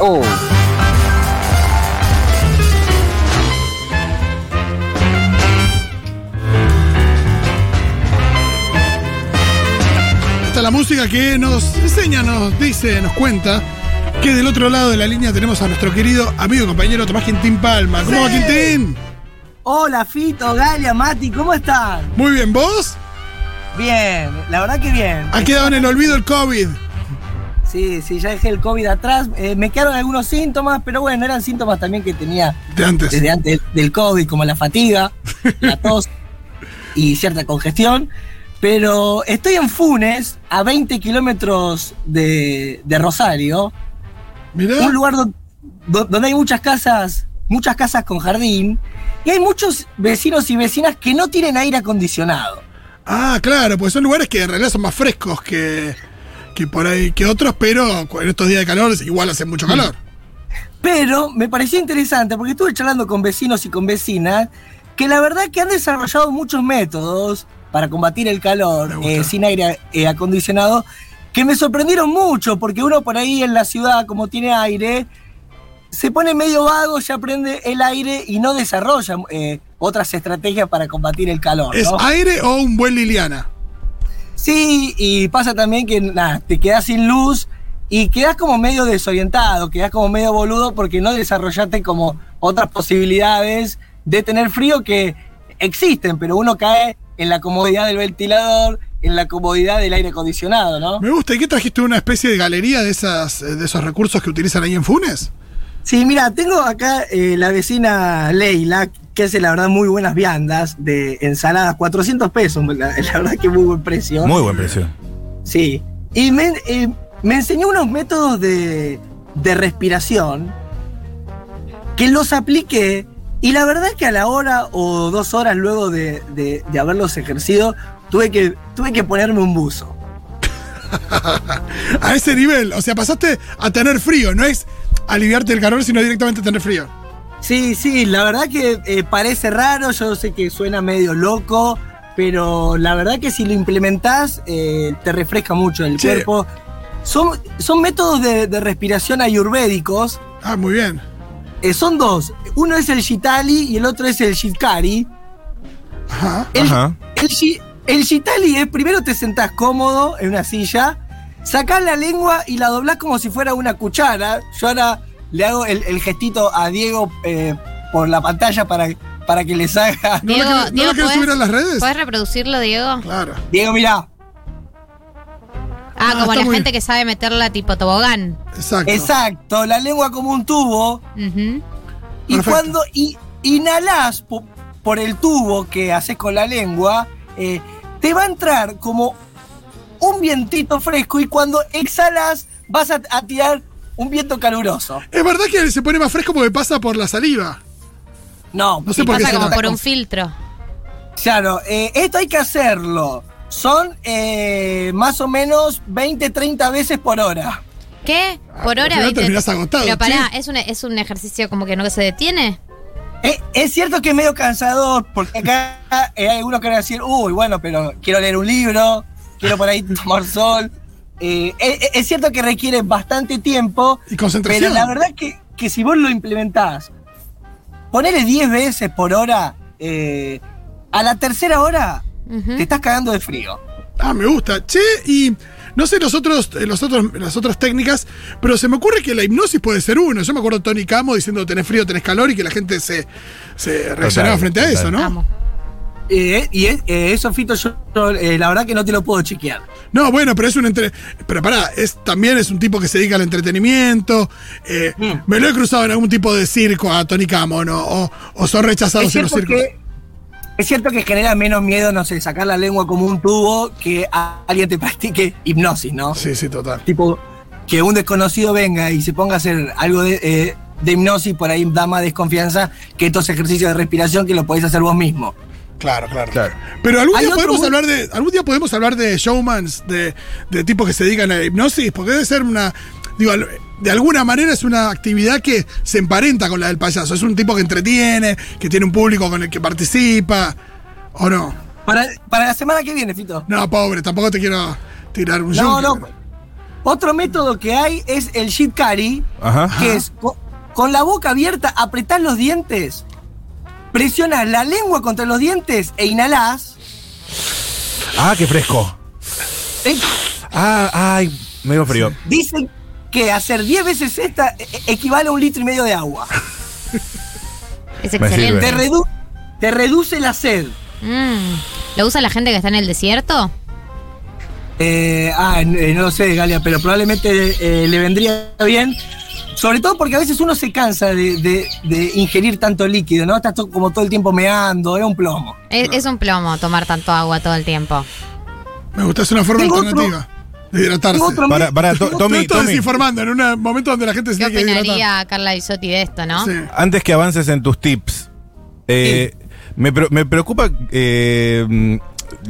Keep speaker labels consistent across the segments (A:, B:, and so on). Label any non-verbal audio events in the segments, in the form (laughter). A: Oh.
B: Esta es la música que nos enseña, nos dice, nos cuenta que del otro lado de la línea tenemos a nuestro querido amigo y compañero Tomás Quintín Palma. ¿Cómo va
C: Sí.
B: Quintín?
C: Hola Fito, Galia, Mati, ¿cómo están?
B: Muy bien, ¿vos?
C: Bien, la verdad que bien.
B: Ha quedado en el olvido el COVID.
C: Sí, sí, ya dejé el COVID atrás. Eh, me quedaron algunos síntomas, pero bueno, eran síntomas también que tenía
B: De antes.
C: desde antes del COVID, como la fatiga, la tos y cierta congestión. Pero estoy en Funes, a 20 kilómetros de, de Rosario,
B: Mirá.
C: un lugar do- do- donde hay muchas casas, muchas casas con jardín, y hay muchos vecinos y vecinas que no tienen aire acondicionado.
B: Ah, claro, pues son lugares que en realidad son más frescos que, que por ahí que otros, pero cu- en estos días de calor igual hace mucho calor.
C: Pero me pareció interesante porque estuve charlando con vecinos y con vecinas que la verdad que han desarrollado muchos métodos para combatir el calor
B: Me gusta.
C: eh, sin aire eh, acondicionado que me sorprendieron mucho porque uno por ahí en la ciudad como tiene aire se pone medio vago, ya prende el aire y no desarrolla eh, otras estrategias para combatir el calor.
B: ¿Es
C: ¿no?
B: aire o un buen Liliana?
C: Sí, y pasa también que nada, te quedas sin luz y quedas como medio desorientado, quedas como medio boludo porque no desarrollaste como otras posibilidades de tener frío que existen, pero uno cae en la comodidad del ventilador, en la comodidad del aire acondicionado, ¿no?
B: Me gusta. ¿Y qué trajiste una especie de galería de esas eh, de esos recursos que utilizan ahí en Funes?
C: Sí, mira, tengo acá eh, la vecina Leila, que hace la verdad muy buenas viandas de ensaladas, 400 pesos, la, la verdad que muy buen precio.
D: Muy buen precio.
C: Sí. Y me, eh, me enseñó unos métodos de, de respiración que los apliqué y la verdad es que a la hora o dos horas luego de, de- de haberlos ejercido, tuve que, tuve que ponerme un buzo.
B: A ese nivel. O sea, pasaste a tener frío. No es aliviarte el calor, sino directamente tener frío.
C: Sí, sí, la verdad que eh, parece raro, yo sé que suena medio loco, pero la verdad que si lo implementás eh, te refresca mucho el
B: Sí.
C: cuerpo. Son, son métodos de, de respiración ayurvédicos
B: Ah, muy bien.
C: Eh, son dos. Uno es el Shitali y el otro es el Shitkari.
B: Ajá.
C: El,
D: Ajá.
C: el, shi- el Shitali es primero te sentás cómodo en una silla, sacás la lengua y la doblás como si fuera una cuchara. Yo ahora le hago el, el gestito a Diego eh, por la pantalla para, para que les haga.
B: ¿No lo
E: Diego,
B: querés- no
E: Diego,
B: lo querés
E: ¿podés-
B: subir a las redes?
E: ¿Puedes reproducirlo, Diego?
B: Claro.
C: (laughs) Diego, mirá.
E: Ah,
B: Ah,
E: como
B: está
E: la
B: muy
E: gente que sabe meterla tipo tobogán.
B: Exacto.
C: Exacto, la lengua como un tubo.
E: Ujú.
C: Y
B: Perfecto.
C: cuando i- inhalás po- por el tubo que haces con la lengua, eh, te va a entrar como un vientito fresco y cuando exhalas vas a, a tirar un viento caluroso.
B: Es verdad que se pone más fresco porque pasa por la saliva.
C: No,
B: No sé
C: y
B: por qué
C: pasa
E: Pasa
B: se
E: como
B: nota.
E: por un filtro.
C: Claro, eh, esto hay que hacerlo. Son eh, más o menos 20, 30 veces por hora.
E: ¿Qué? Por
B: Ah, al
E: hora
B: final
E: 20.
B: terminás agotado,
E: Pero pará,
B: che.
E: es un, es un ejercicio como que no se detiene.
C: Eh, es cierto que es medio cansador, porque acá (laughs) eh, hay algunos que van a decir, uy, bueno, pero quiero leer un libro, quiero por ahí tomar sol. Eh, eh, eh, es cierto que requiere bastante tiempo,
B: Y concentración.
C: pero la verdad que, que si vos lo implementás, ponerle 10 veces por hora, eh, a la tercera hora
E: Ujú.
C: te estás cagando de frío.
B: Ah, me gusta. Che, y no sé los otros, eh, los otros, las otras técnicas, pero se me ocurre que la hipnosis puede ser uno. Yo me acuerdo de Tony Camo diciendo tenés frío, tenés calor y que la gente se, se reaccionaba
D: Total,
B: frente a
D: total.
B: eso, ¿no?
E: Vamos.
C: Eh, y es- eh, eso, Fito, yo, yo, eh, la verdad que no te lo puedo chequear.
B: No, bueno, pero es un entre... Pero pará, es, también es un tipo que se dedica al entretenimiento. eh,
C: Mm.
B: Me lo he cruzado en algún tipo de circo a Tony Camo, ¿no? O, o son rechazados
C: Es
B: en los
C: cierto,
B: circos.
C: que, es cierto que genera menos miedo, no sé, sacar la lengua como un tubo que a- alguien te practique hipnosis, ¿no?
B: Sí, sí, total.
C: Tipo, que un desconocido venga y se ponga a hacer algo de, eh, de hipnosis, por ahí da más desconfianza que estos ejercicios de respiración que lo podéis hacer vos mismo.
B: Claro, claro.
D: Claro.
B: Pero algún
C: Hay
B: día
C: otro
B: podemos
C: muy-
B: hablar de. Algún día podemos hablar de showmans, de, de tipos que se dedican a la hipnosis, porque debe ser una. Digo, al- de alguna manera es una actividad que se emparenta con la del payaso. Es un tipo que entretiene, que tiene un público con el que participa. ¿O no?
C: Para, para la semana que viene, Fito.
B: No, pobre, tampoco te quiero tirar un
C: No,
B: yunque,
C: no.
B: pero-
C: Otro método que hay es el shit carry,
A: Ajá.
C: que es co- con la boca abierta, apretás los dientes, presionás la lengua contra los dientes e inhalás.
A: Ah, qué fresco.
C: Eh,
A: Ah, ay, me dio frío.
C: Dicen que hacer 10 veces esta e- e- equivale a un litro y medio de agua.
E: Es
A: Me
E: excelente.
C: Te,
A: sirve.
C: redu- te reduce la sed.
E: Mm. ¿Lo usa la gente que está en el desierto?
C: Eh, ah, n- eh, no lo sé, Galia, pero probablemente eh, le vendría bien. Sobre todo porque a veces uno se cansa de, de- de ingerir tanto líquido, ¿no? Estás to- como todo el tiempo meando, es un plomo.
E: Es, es un plomo tomar tanto agua todo el tiempo.
B: Me gusta, es una forma
C: Tengo otro-
B: alternativa de hidratarse.
C: Tengo otro
A: Para,
C: mé-
A: para, to- Tommy,
B: Estoy
A: Tommy.
B: desinformando en un momento donde la gente se
E: ¿Qué
B: tiene que hidratar.
E: opinaría Carla Bisotti de esto, no?
B: Sí.
A: Antes que avances en tus tips, eh, me, pre- me preocupa eh, mm,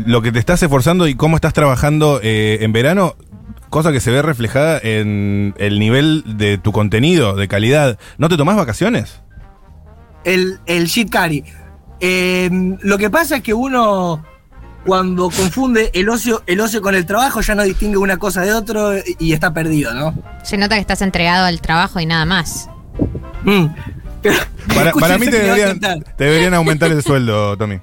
A: lo que te estás esforzando y cómo estás trabajando eh, en verano, cosa que se ve reflejada en el nivel de tu contenido, de calidad. ¿No te
C: (laughs)
A: tomás vacaciones?
C: el, el shit carry. Eh, lo que pasa es que uno cuando confunde el ocio, el ocio con el trabajo ya no distingue una cosa de otro y, y está perdido, ¿no?
E: Se nota que estás entregado al trabajo y nada más.
C: (laughs) Mm. Pero-
A: Para,
C: escuché
A: para
C: eso
A: mí
C: que
A: te
C: va a
A: deberían,
C: encantar.
A: te deberían aumentar el sueldo, Tommy.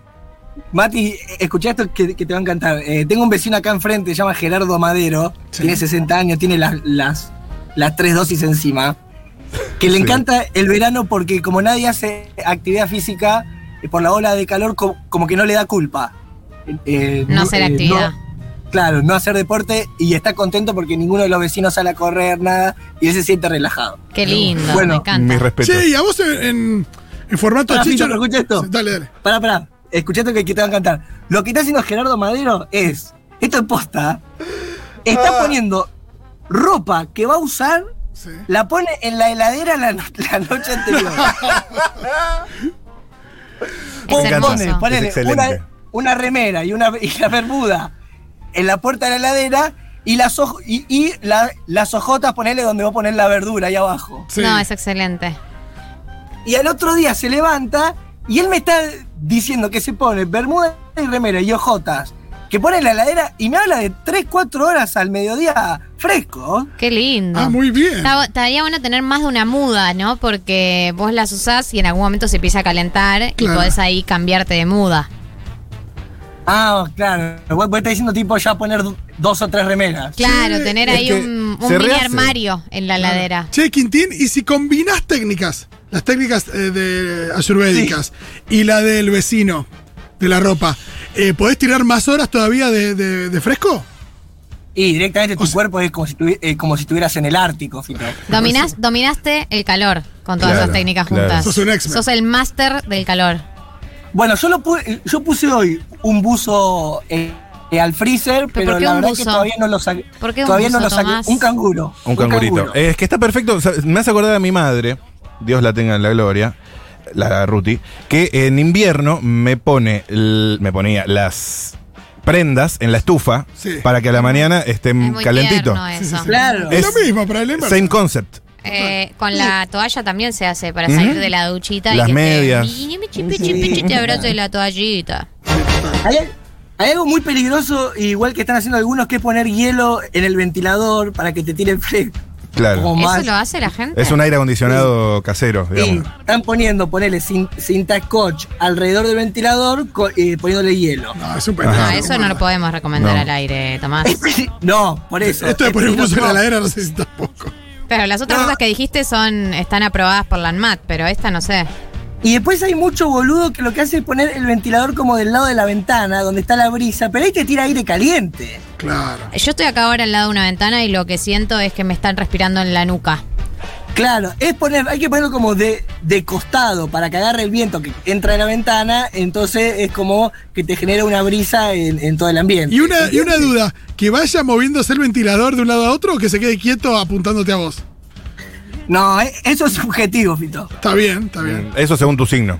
C: Mati, escuchá esto que, que te va a encantar. Eh, tengo un vecino acá enfrente, se llama Gerardo Madero,
B: Sí.
C: tiene 60 años, tiene las, las, las tres dosis encima, que le
A: Sí.
C: encanta el verano porque como nadie hace actividad física, eh, por la ola de calor co- como que no le da culpa. Eh,
E: No hacer
C: eh,
E: actividad.
C: no- claro, no hacer deporte y está contento porque ninguno de los vecinos sale a correr, nada, y él se siente relajado.
E: Qué lindo,
C: Bueno,
E: me
A: Mis
E: encanta.
A: respetos.
B: Che, y a vos en, en- en formato
C: Pará,
B: chicho.
C: Fito, pero escucha esto.
B: Dale, dale.
C: Pará, pará, escuchá esto que que te va a encantar. Lo que está haciendo Gerardo Madero es, esto es posta, está
A: Ah.
C: poniendo ropa que va a usar,
B: Sí.
C: la pone en la heladera la, no- la noche
E: (laughs)
C: anterior.
E: Es
A: encanta.
C: Pone,
E: hermoso.
C: ponele
A: Es excelente.
C: una, una remera y una, y una bermuda en la puerta de la heladera y las, oj- y, y la- las hojotas ponele donde va a poner la verdura ahí abajo.
B: Sí.
E: No, es excelente.
C: Y al otro día se levanta y él me está diciendo que se pone bermuda y remera y hojotas, que pone en la heladera y me habla de 3, 4 horas al mediodía fresco.
E: Qué lindo.
B: Ah, muy bien.
E: Está- Estaría bueno tener más de una muda, ¿no? Porque vos las usás y en algún momento se empieza a calentar
B: Claro.
E: y podés ahí cambiarte de muda.
C: Ah, claro. Vos, vos estás diciendo tipo ya poner do- dos o tres remeras.
E: Claro, tener
A: es
E: ahí
A: que
E: un, un
A: se
E: mini
A: rehace.
E: armario en la ladera.
B: Che, Quintín, y si combinás técnicas, las técnicas eh, de ayurvédicas y la del vecino, de la ropa, eh, ¿podés tirar más horas todavía de, de- de fresco?
C: Y directamente tu
B: O sea-
C: cuerpo es como si, tuvi- eh, como si estuvieras en el Ártico, Fito.
E: Dominás- dominaste el calor con todas
A: Claro,
E: esas técnicas
A: claro.
E: juntas.
B: Sos un X-Men.
E: Sos el máster del calor.
C: Bueno, yo, lo pu- yo puse hoy un buzo eh, eh, al freezer,
E: ¿Pero
C: pero,
E: por qué
C: la
E: un
C: verdad
E: buzo?
C: que todavía no lo saqué.
E: ¿Por qué un
C: todavía no lo
E: buzo,
C: saqué.
E: Tomás?
C: Un canguro.
A: Un cangurito. Eh, Es que está perfecto. O sea, Me hace acordar a mi madre, Dios la tenga en la gloria, la Ruti, que en invierno me pone el- me ponía las prendas en la estufa
B: Sí.
A: para que a la mañana estén
E: Es muy
A: calentitos.
E: tierno eh. eso.
C: Claro.
A: Es-
B: Es lo mismo para el hembra.
A: Same concept.
E: Eh, con la toalla también se hace para
A: Ujú.
E: salir de la duchita. y
A: Las
E: que
A: medias.
E: Te, Michi, michi, michi, michi, te abrazo de la toallita.
C: Hay, hay algo muy peligroso, igual que están haciendo algunos, que es poner hielo en el ventilador para que te tire el fresco.
A: Claro.
C: Como
E: ¿Eso
C: más.
E: lo hace la gente?
A: Es un aire acondicionado casero,
C: Sí,
A: digamos.
C: están poniendo, ponele cin- cinta scotch alrededor del ventilador, co- eh, poniéndole hielo. (laughs)
B: No, es un
E: No,
A: Ajá.
E: Ah, eso no lo podemos recomendar
A: No.
E: al aire, Tomás.
C: (laughs) No, por eso.
B: Esto de poner un
C: No,
B: buzo en la
C: no.
B: heladera no sé si tampoco.
E: Pero las otras
C: No.
E: cosas que dijiste son están aprobadas por la ANMAT, pero esta no sé.
C: Y después hay mucho boludo que lo que hace es poner el ventilador como del lado de la ventana, donde está la brisa, pero ahí te tira aire caliente.
B: Claro.
E: Yo estoy acá ahora al lado de una ventana y lo que siento es que me están respirando en la nuca.
C: Claro, es poner, hay que ponerlo como de, de costado para que agarre el viento que entra en la ventana, entonces es como que te genera una brisa en, en todo el ambiente.
B: Y una, y una duda, ¿que vaya moviéndose el ventilador de un lado a otro o que se quede quieto apuntándote a vos?
C: No, eh, eso es subjetivo, Fito.
B: Está bien, está bien.
A: Mm, Eso según tu signo.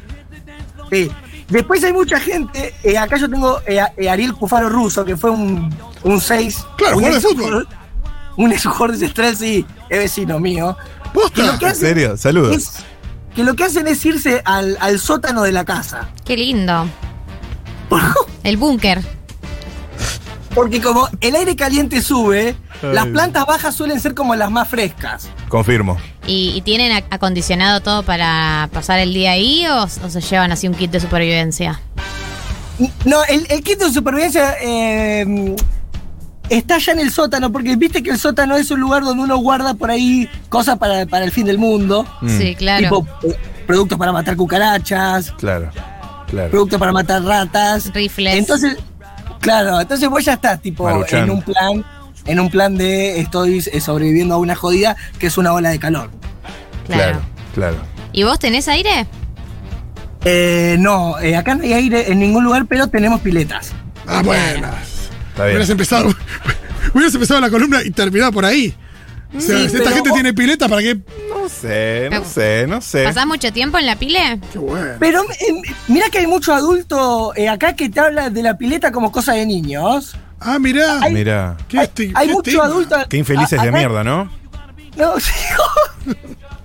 C: Sí. Después hay mucha gente, eh, acá yo tengo eh, a- eh, Ariel Cufaro Russo, que fue un 6.
B: Claro,
C: un
B: jugador de
C: ex-
B: fútbol.
C: Un ex jugador de Central, sí, es vecino mío. Que
B: Posta.
C: lo que
A: ¿En
C: hace-
A: serio? Saludos.
C: es- que lo que hacen es irse al, al sótano de la casa. (laughs)
E: Qué lindo. El búnker.
C: Porque como el aire caliente sube, Las plantas bajas suelen ser como las más frescas.
A: Confirmo.
E: ¿Y, y tienen ac- acondicionado todo para pasar el día ahí o, o se llevan así un kit de supervivencia?
C: No, el, el kit de supervivencia eh, está ya en el sótano, porque viste que el sótano es un lugar donde uno guarda por ahí cosas para, para el fin del mundo.
A: Mm.
E: Sí, claro.
C: Tipo eh, productos para matar cucarachas,
A: Claro, claro.
C: productos para matar ratas.
E: Rifles.
C: Entonces, claro, entonces vos ya estás tipo
A: Maruchan.
C: en un plan, en un plan de estoy eh, sobreviviendo a una jodida que es una ola de calor.
E: claro.
A: Claro, claro.
E: ¿Y vos tenés aire?
C: Eh, no, eh, acá no hay aire en ningún lugar, pero tenemos piletas.
B: Ah, bueno.
A: Está bien.
B: Hubieras empezado, (laughs) hubieras empezado la columna y terminado por ahí. O sea,
C: Sí,
B: esta
C: pero-
B: gente tiene pileta para que.
A: No sé, no sé, no sé.
E: ¿Pasás mucho tiempo en la pile?
B: Qué bueno.
C: Pero eh, mira que hay mucho adulto eh, acá que te habla de la pileta como cosa de niños.
B: Ah, mirá.
C: Ay,
A: Mirá.
B: Qué
C: hay
B: esti-
C: hay
B: qué
C: mucho
B: estigma.
C: adulto.
A: Qué infelices
C: a-
A: de
C: acá-
A: mierda, ¿no?
C: No, (laughs) sí,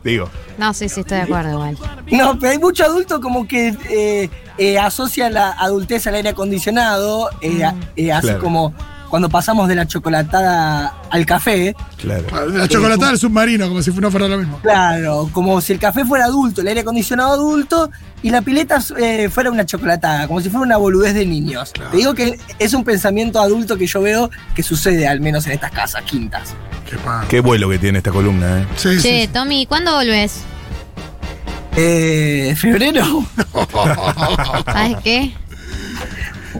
A: Digo.
E: No, sí, sí, estoy de acuerdo igual.
C: no, pero hay mucho adulto como que eh, eh, asocia la adultez al aire acondicionado, eh, a- eh, así
A: Claro.
C: como cuando pasamos de la chocolatada al café.
A: Claro.
B: Ah, La chocolatada del submarino, como si no fuera lo mismo.
C: Claro, como si el café fuera adulto, el aire acondicionado adulto y la pileta eh, fuera una chocolatada, como si fuera una boludez de niños. Te digo que es un pensamiento adulto que yo veo que sucede al menos en estas casas, quintas.
B: Qué pan.
A: Qué vuelo que tiene esta columna, ¿eh?
B: Sí,
E: Che,
B: sí.
E: Tommy, ¿cuándo volvés?
C: Eh,
E: (laughs)
C: ¿Febrero?
E: ¿Sabes qué?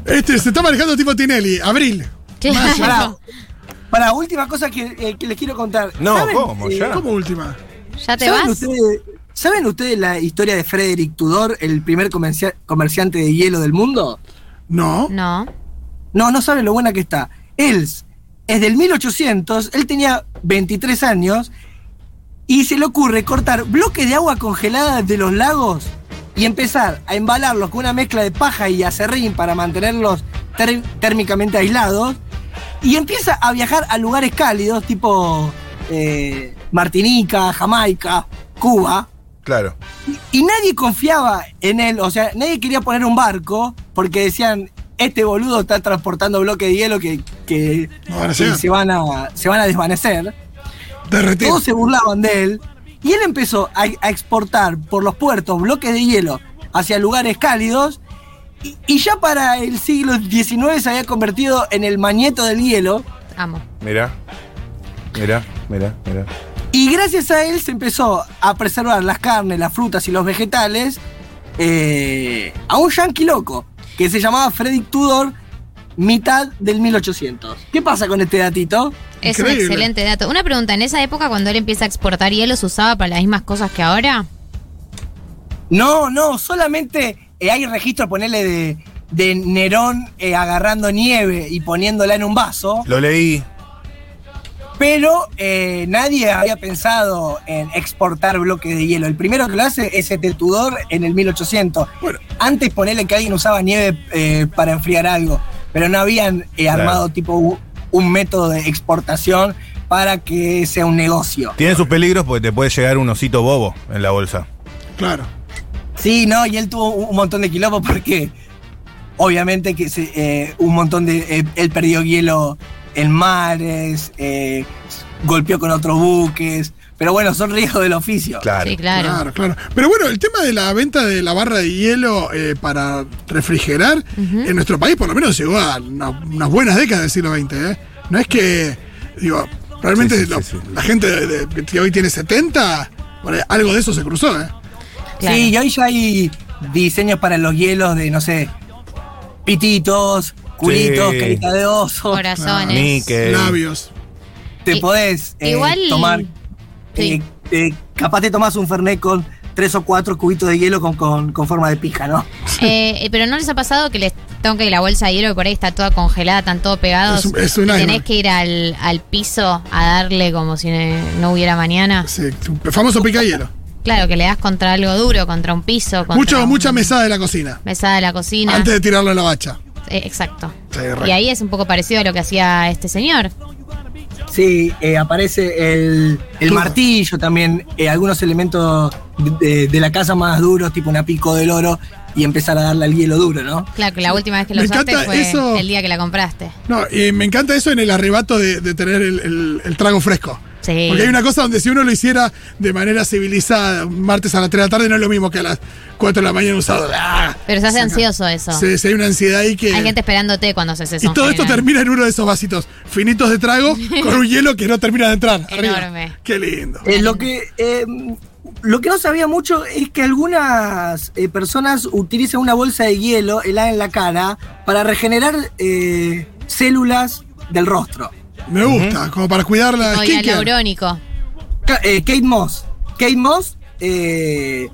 B: Este se está manejando tipo Tinelli. Abril.
E: Che,
C: Pará, pará, última cosa que, eh, que les quiero contar.
A: No, ¿cómo?
C: eh,
A: Ya.
B: ¿Cómo última?
E: (laughs) ¿ya te
C: ¿saben
E: vas?
C: Ustedes, ¿Saben ustedes la historia de Frederick Tudor, el primer comercia- comerciante de hielo del mundo?
B: No.
E: No.
C: No, no sabe lo buena que está. Él, desde el 1800, él tenía 23 años y se le ocurre cortar bloques de agua congelada de los lagos y empezar a embalarlos con una mezcla de paja y acerrín para mantenerlos tér- térmicamente aislados y empieza a viajar a lugares cálidos tipo eh, Martinica, Jamaica, Cuba
A: Claro.
C: y nadie confiaba en él, o sea, nadie quería poner un barco porque decían, este boludo está transportando bloque de hielo que, que-
B: No van
C: que
B: a ser.
C: se, van a, se van a desvanecer.
B: Derretir.
C: Todos se burlaban de él y él empezó a, a exportar por los puertos bloques de hielo hacia lugares cálidos y, y ya para el siglo XIX se había convertido en el mañeto del hielo.
E: Amo.
A: Mirá. Mirá, mirá, mirá.
C: Y gracias a él se empezó a preservar las carnes, las frutas y los vegetales eh, a un yankee loco que se llamaba Frederick Tudor, mitad del 1800. ¿Qué pasa con este datito?
E: Es un
B: Increíble.
E: excelente dato. Una pregunta, ¿en esa época cuando él empieza a exportar hielo se usaba para las mismas cosas que ahora?
C: No, no, solamente eh, hay registro, ponele de, de Nerón eh, agarrando nieve y poniéndola en un vaso,
A: Lo leí.
C: pero eh, nadie había pensado en exportar bloques de hielo. El primero que lo hace es este Tudor en el 1800.
B: Bueno,
C: Antes ponerle que alguien usaba nieve eh, para enfriar algo, pero no habían eh,
A: Claro.
C: armado tipo u- un método de exportación para que sea un negocio.
A: Tiene sus peligros porque te puede llegar un osito bobo en la bolsa.
B: claro.
C: Sí, no, y él tuvo un un montón de quilombo porque obviamente que se, eh, un montón de... eh, él perdió hielo en mares, eh, golpeó con otros buques, pero bueno, son riesgos del oficio.
A: Claro.
E: Sí, claro.
B: Claro, claro. Pero bueno, el tema de la venta de la barra de hielo eh, para refrigerar en nuestro país, por lo menos llegó a una- unas buenas décadas del siglo XX. ¿eh? No es que, digo, realmente
A: Sí, sí,
B: lo-
A: sí, sí.
B: la gente de- de- que hoy tiene 70, bueno, algo de eso se cruzó. ¿eh?
E: Claro.
C: Sí, y hoy ya hay diseños para los hielos de, no sé, pititos, culitos,
A: Sí.
C: carita de oso.
E: Corazones.
A: Níquel.
B: Labios.
C: Te
E: I-
C: podés eh,
E: igual-
C: tomar.
E: Sí.
C: eh, eh, capaz te tomás un Fernet con tres o cuatro cubitos de hielo con, con- con forma de pija, ¿no?
E: Eh, eh, pero no les ha pasado que les toque la bolsa de hielo que por ahí está toda congelada, están todos pegados.
B: Es un- es un
E: y tenés
B: nightmare.
E: que ir al, al piso a darle como si ne- no hubiera mañana.
B: Sí, tu famoso pica hielo.
E: Claro, que le das contra algo duro, contra un piso, contra
B: Mucho,
E: un-
B: Mucha mesada de la cocina.
E: mesada de la cocina.
B: Antes de tirarlo a la bacha.
E: Eh, exacto.
B: Sí,
E: Y
B: re-
E: ahí es un poco parecido a lo que hacía este señor.
C: Sí, eh, aparece el, el
B: Todo.
C: martillo también, eh, algunos elementos de, de- de la casa más duros, tipo una pico del oro, y empezar a darle al hielo duro, ¿no?
E: Claro, que la última vez que lo
B: Me
E: usaste
B: encanta
E: fue
B: eso.
E: el día que la compraste.
B: No, y me encanta eso en el arrebato de, de tener el, el- el trago fresco.
E: Sí.
B: Porque hay una cosa donde si uno lo hiciera de manera civilizada, un martes a las 3 de la tarde, no es lo mismo que a las 4 de la mañana usado. ¡Ah!
E: Pero se hace ansioso eso.
B: Sí, sí, hay una ansiedad ahí que.
E: Hay gente esperándote cuando haces eso.
B: y
E: en
B: todo esto
E: general.
B: termina en uno de esos vasitos finitos de trago con un hielo que no termina de entrar. arriba.
E: Enorme.
B: Qué lindo.
C: Eh, lo que eh, lo que no sabía mucho es que algunas eh, personas utilizan una bolsa de hielo helada en la cara para regenerar eh, células del rostro.
B: Me gusta, como para cuidarla.
E: Oye, al neurónico.
C: Ca- eh, Kate Moss. Kate Moss eh,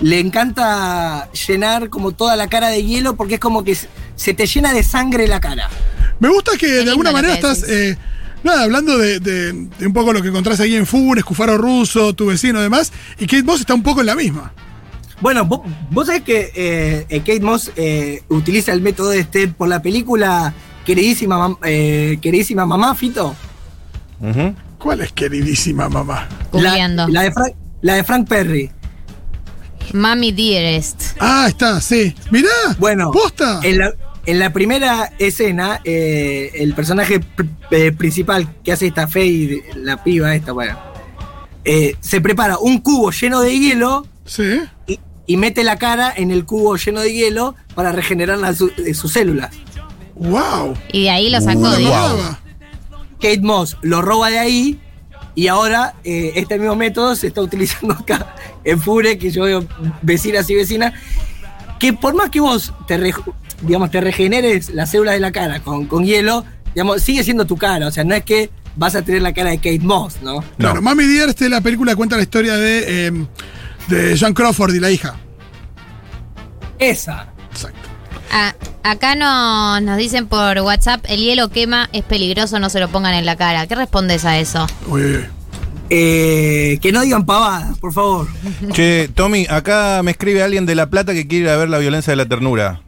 C: le encanta llenar como toda la cara de hielo porque es como que s- se te llena de sangre la cara.
B: Me gusta que de
E: lindo
B: alguna
E: lo
B: manera
E: que
B: estás.
E: decís.
B: eh, nada, hablando de, de- de un poco lo que encontrás ahí en Funes, Cufaro Russo, tu vecino y demás, y Kate Boss está un poco en la misma.
C: Bueno, vo- vos, sabés que eh, eh, Kate Moss eh, utiliza el método este por la película Queridísima, Mam- eh, queridísima Mamá, Fito.
A: Ujú.
B: ¿Cuál es queridísima mamá?
C: La,
E: Googleando.
C: la de Frank, la de Frank Perry.
E: Mami Dearest.
B: Ah, está, sí. Mirá,
C: Bueno,
B: posta.
C: En la, en la primera escena, eh, el personaje pr- eh, principal que hace esta fe y la piba esta, bueno, eh, se prepara un cubo lleno de hielo
B: Sí.
C: y, y mete la cara en el cubo lleno de hielo para regenerar las- su- eh, sus células.
B: Wow.
E: Y de ahí lo sacó,
A: Wow.
E: digo.
C: Kate Moss lo roba de ahí y ahora eh, este mismo método se está utilizando (laughs) acá en Fure, que yo veo vecinas y vecinas, que por más que vos te, re- digamos, te regeneres las células de la cara con, con hielo, digamos, sigue siendo tu cara, o sea, no es que vas a tener la cara de Kate Moss, ¿no?
A: No.
B: Claro, Mami Dear, este, la película cuenta la historia de, eh, de John Crawford y la hija.
C: Esa.
B: Exacto.
E: Ah, acá nos, nos dicen por WhatsApp, el hielo quema, es peligroso, no se lo pongan en la cara. ¿Qué respondes a eso?
B: Uy, uy, uy.
C: Eh, que no digan pavadas, por favor.
A: Che, Tommy, acá me escribe alguien de La Plata que quiere ir a ver la violencia de la ternura.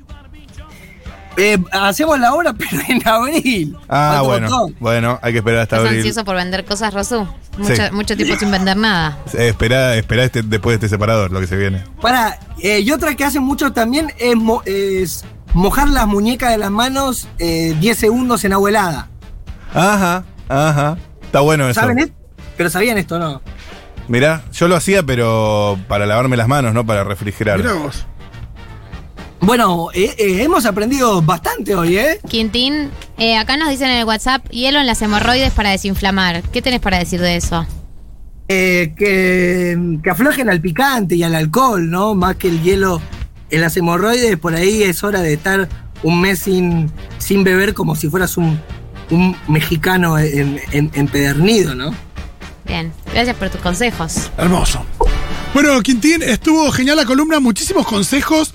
C: Eh, hacemos la obra, (laughs) pero en abril.
A: Ah,
C: Falta un
A: bueno.
C: montón.
A: Bueno, hay que esperar hasta
E: ¿Estás
A: abril.
E: ansioso por vender cosas, Rosu? Mucho,
A: Sí.
E: mucho tiempo sin vender nada.
A: Eh, esperá, esperá este, después de este separador, lo que se viene.
C: Para, eh, y otra que hacen mucho también es, mo- es mojar las muñecas de las manos eh, 10 segundos en agua helada.
A: Ajá, ajá. Está bueno eso.
C: ¿Saben esto? Pero sabían esto, ¿no?
A: Mirá, yo lo hacía, pero para lavarme las manos, no para refrigerar.
B: Mirá vos.
C: Bueno, eh, eh, hemos aprendido bastante hoy, ¿eh?
E: Quintín, eh, acá nos dicen en el WhatsApp, hielo en las hemorroides para desinflamar. ¿Qué tenés para decir de eso?
C: Eh, que, que aflojen al picante y al alcohol, ¿no? Más que el hielo en las hemorroides, por ahí es hora de estar un mes sin, sin beber como si fueras un, un mexicano en- en- empedernido, ¿no?
E: Bien, gracias por tus consejos.
B: Hermoso. Bueno, Quintín, estuvo genial la columna, muchísimos consejos.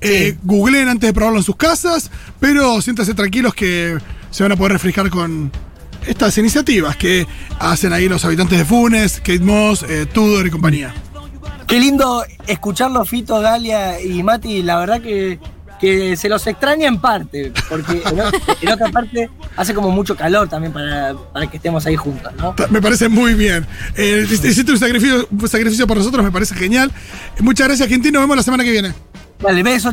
B: Eh, Googleen antes de probarlo en sus casas, pero siéntanse tranquilos que se van a poder refrescar con estas iniciativas que hacen ahí los habitantes de Funes, Kate Moss, eh, Tudor y compañía.
C: Qué lindo escucharlo, Fito, Dalia y Mati. La verdad que, que se los extraña en parte, porque en, o- en otra parte hace como mucho calor también para, para que estemos ahí juntos, ¿no?
B: Ta- Me parece muy bien. Eh, hiciste un sacrificio, un sacrificio por nosotros, me parece genial. Muchas gracias, Quintín. Nos vemos la semana que viene.
C: Dale, beso,